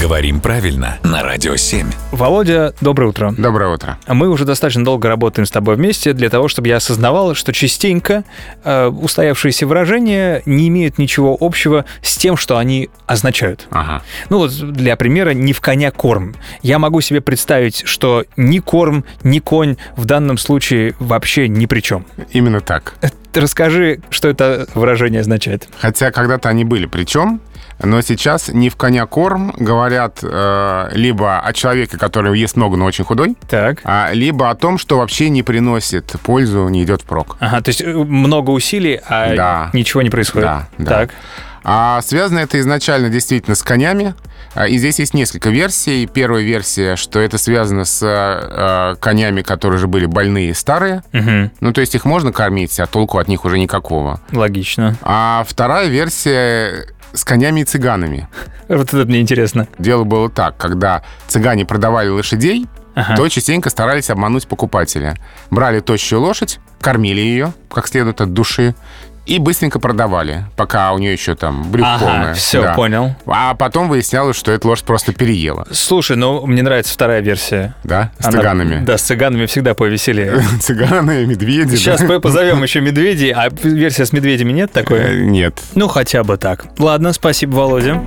Говорим правильно на Радио 7. Володя, доброе утро. Доброе утро. Мы уже достаточно долго работаем с тобой вместе для того, чтобы я осознавал, что частенько э, устоявшиеся выражения не имеют ничего общего с тем, что они означают. Ага. Ну вот для примера «не в коня корм». Я могу себе представить, что ни корм, ни конь в данном случае вообще ни при чем. Именно так. Ты Расскажи, что это выражение означает. Хотя когда-то они были причем, но сейчас не в коня корм говорят э, либо о человеке, который ест много, но очень худой, Так. а, либо о том, что вообще не приносит пользу, не идет впрок. Ага, то есть э, много усилий, а Да. ничего не происходит. Да, да. Так. А связано это изначально действительно с конями. А, И здесь есть несколько версий. Первая версия, что это связано с э, конями, которые же были больные и старые. Мгм. Ну, то есть их можно кормить, а толку от них уже никакого. Логично. А вторая версия с конями и цыганами. Вот это мне интересно. Дело было так, когда цыгане продавали лошадей, Ага. то частенько старались обмануть покупателя. Брали тощую лошадь, кормили ее как следует от души и быстренько продавали, пока у нее еще там брюк Ага, полное. все, Да. понял. А потом выяснялось, что эта лошадь просто переела, Слушай, ну мне нравится вторая версия. да, с Она- цыганами. Да, с цыганами всегда повеселее. Цыганы, медведи. Сейчас да. мы позовем еще медведей, а версия с медведями нет такой? Э, Нет. Ну, хотя бы так. Ладно, спасибо, Володя.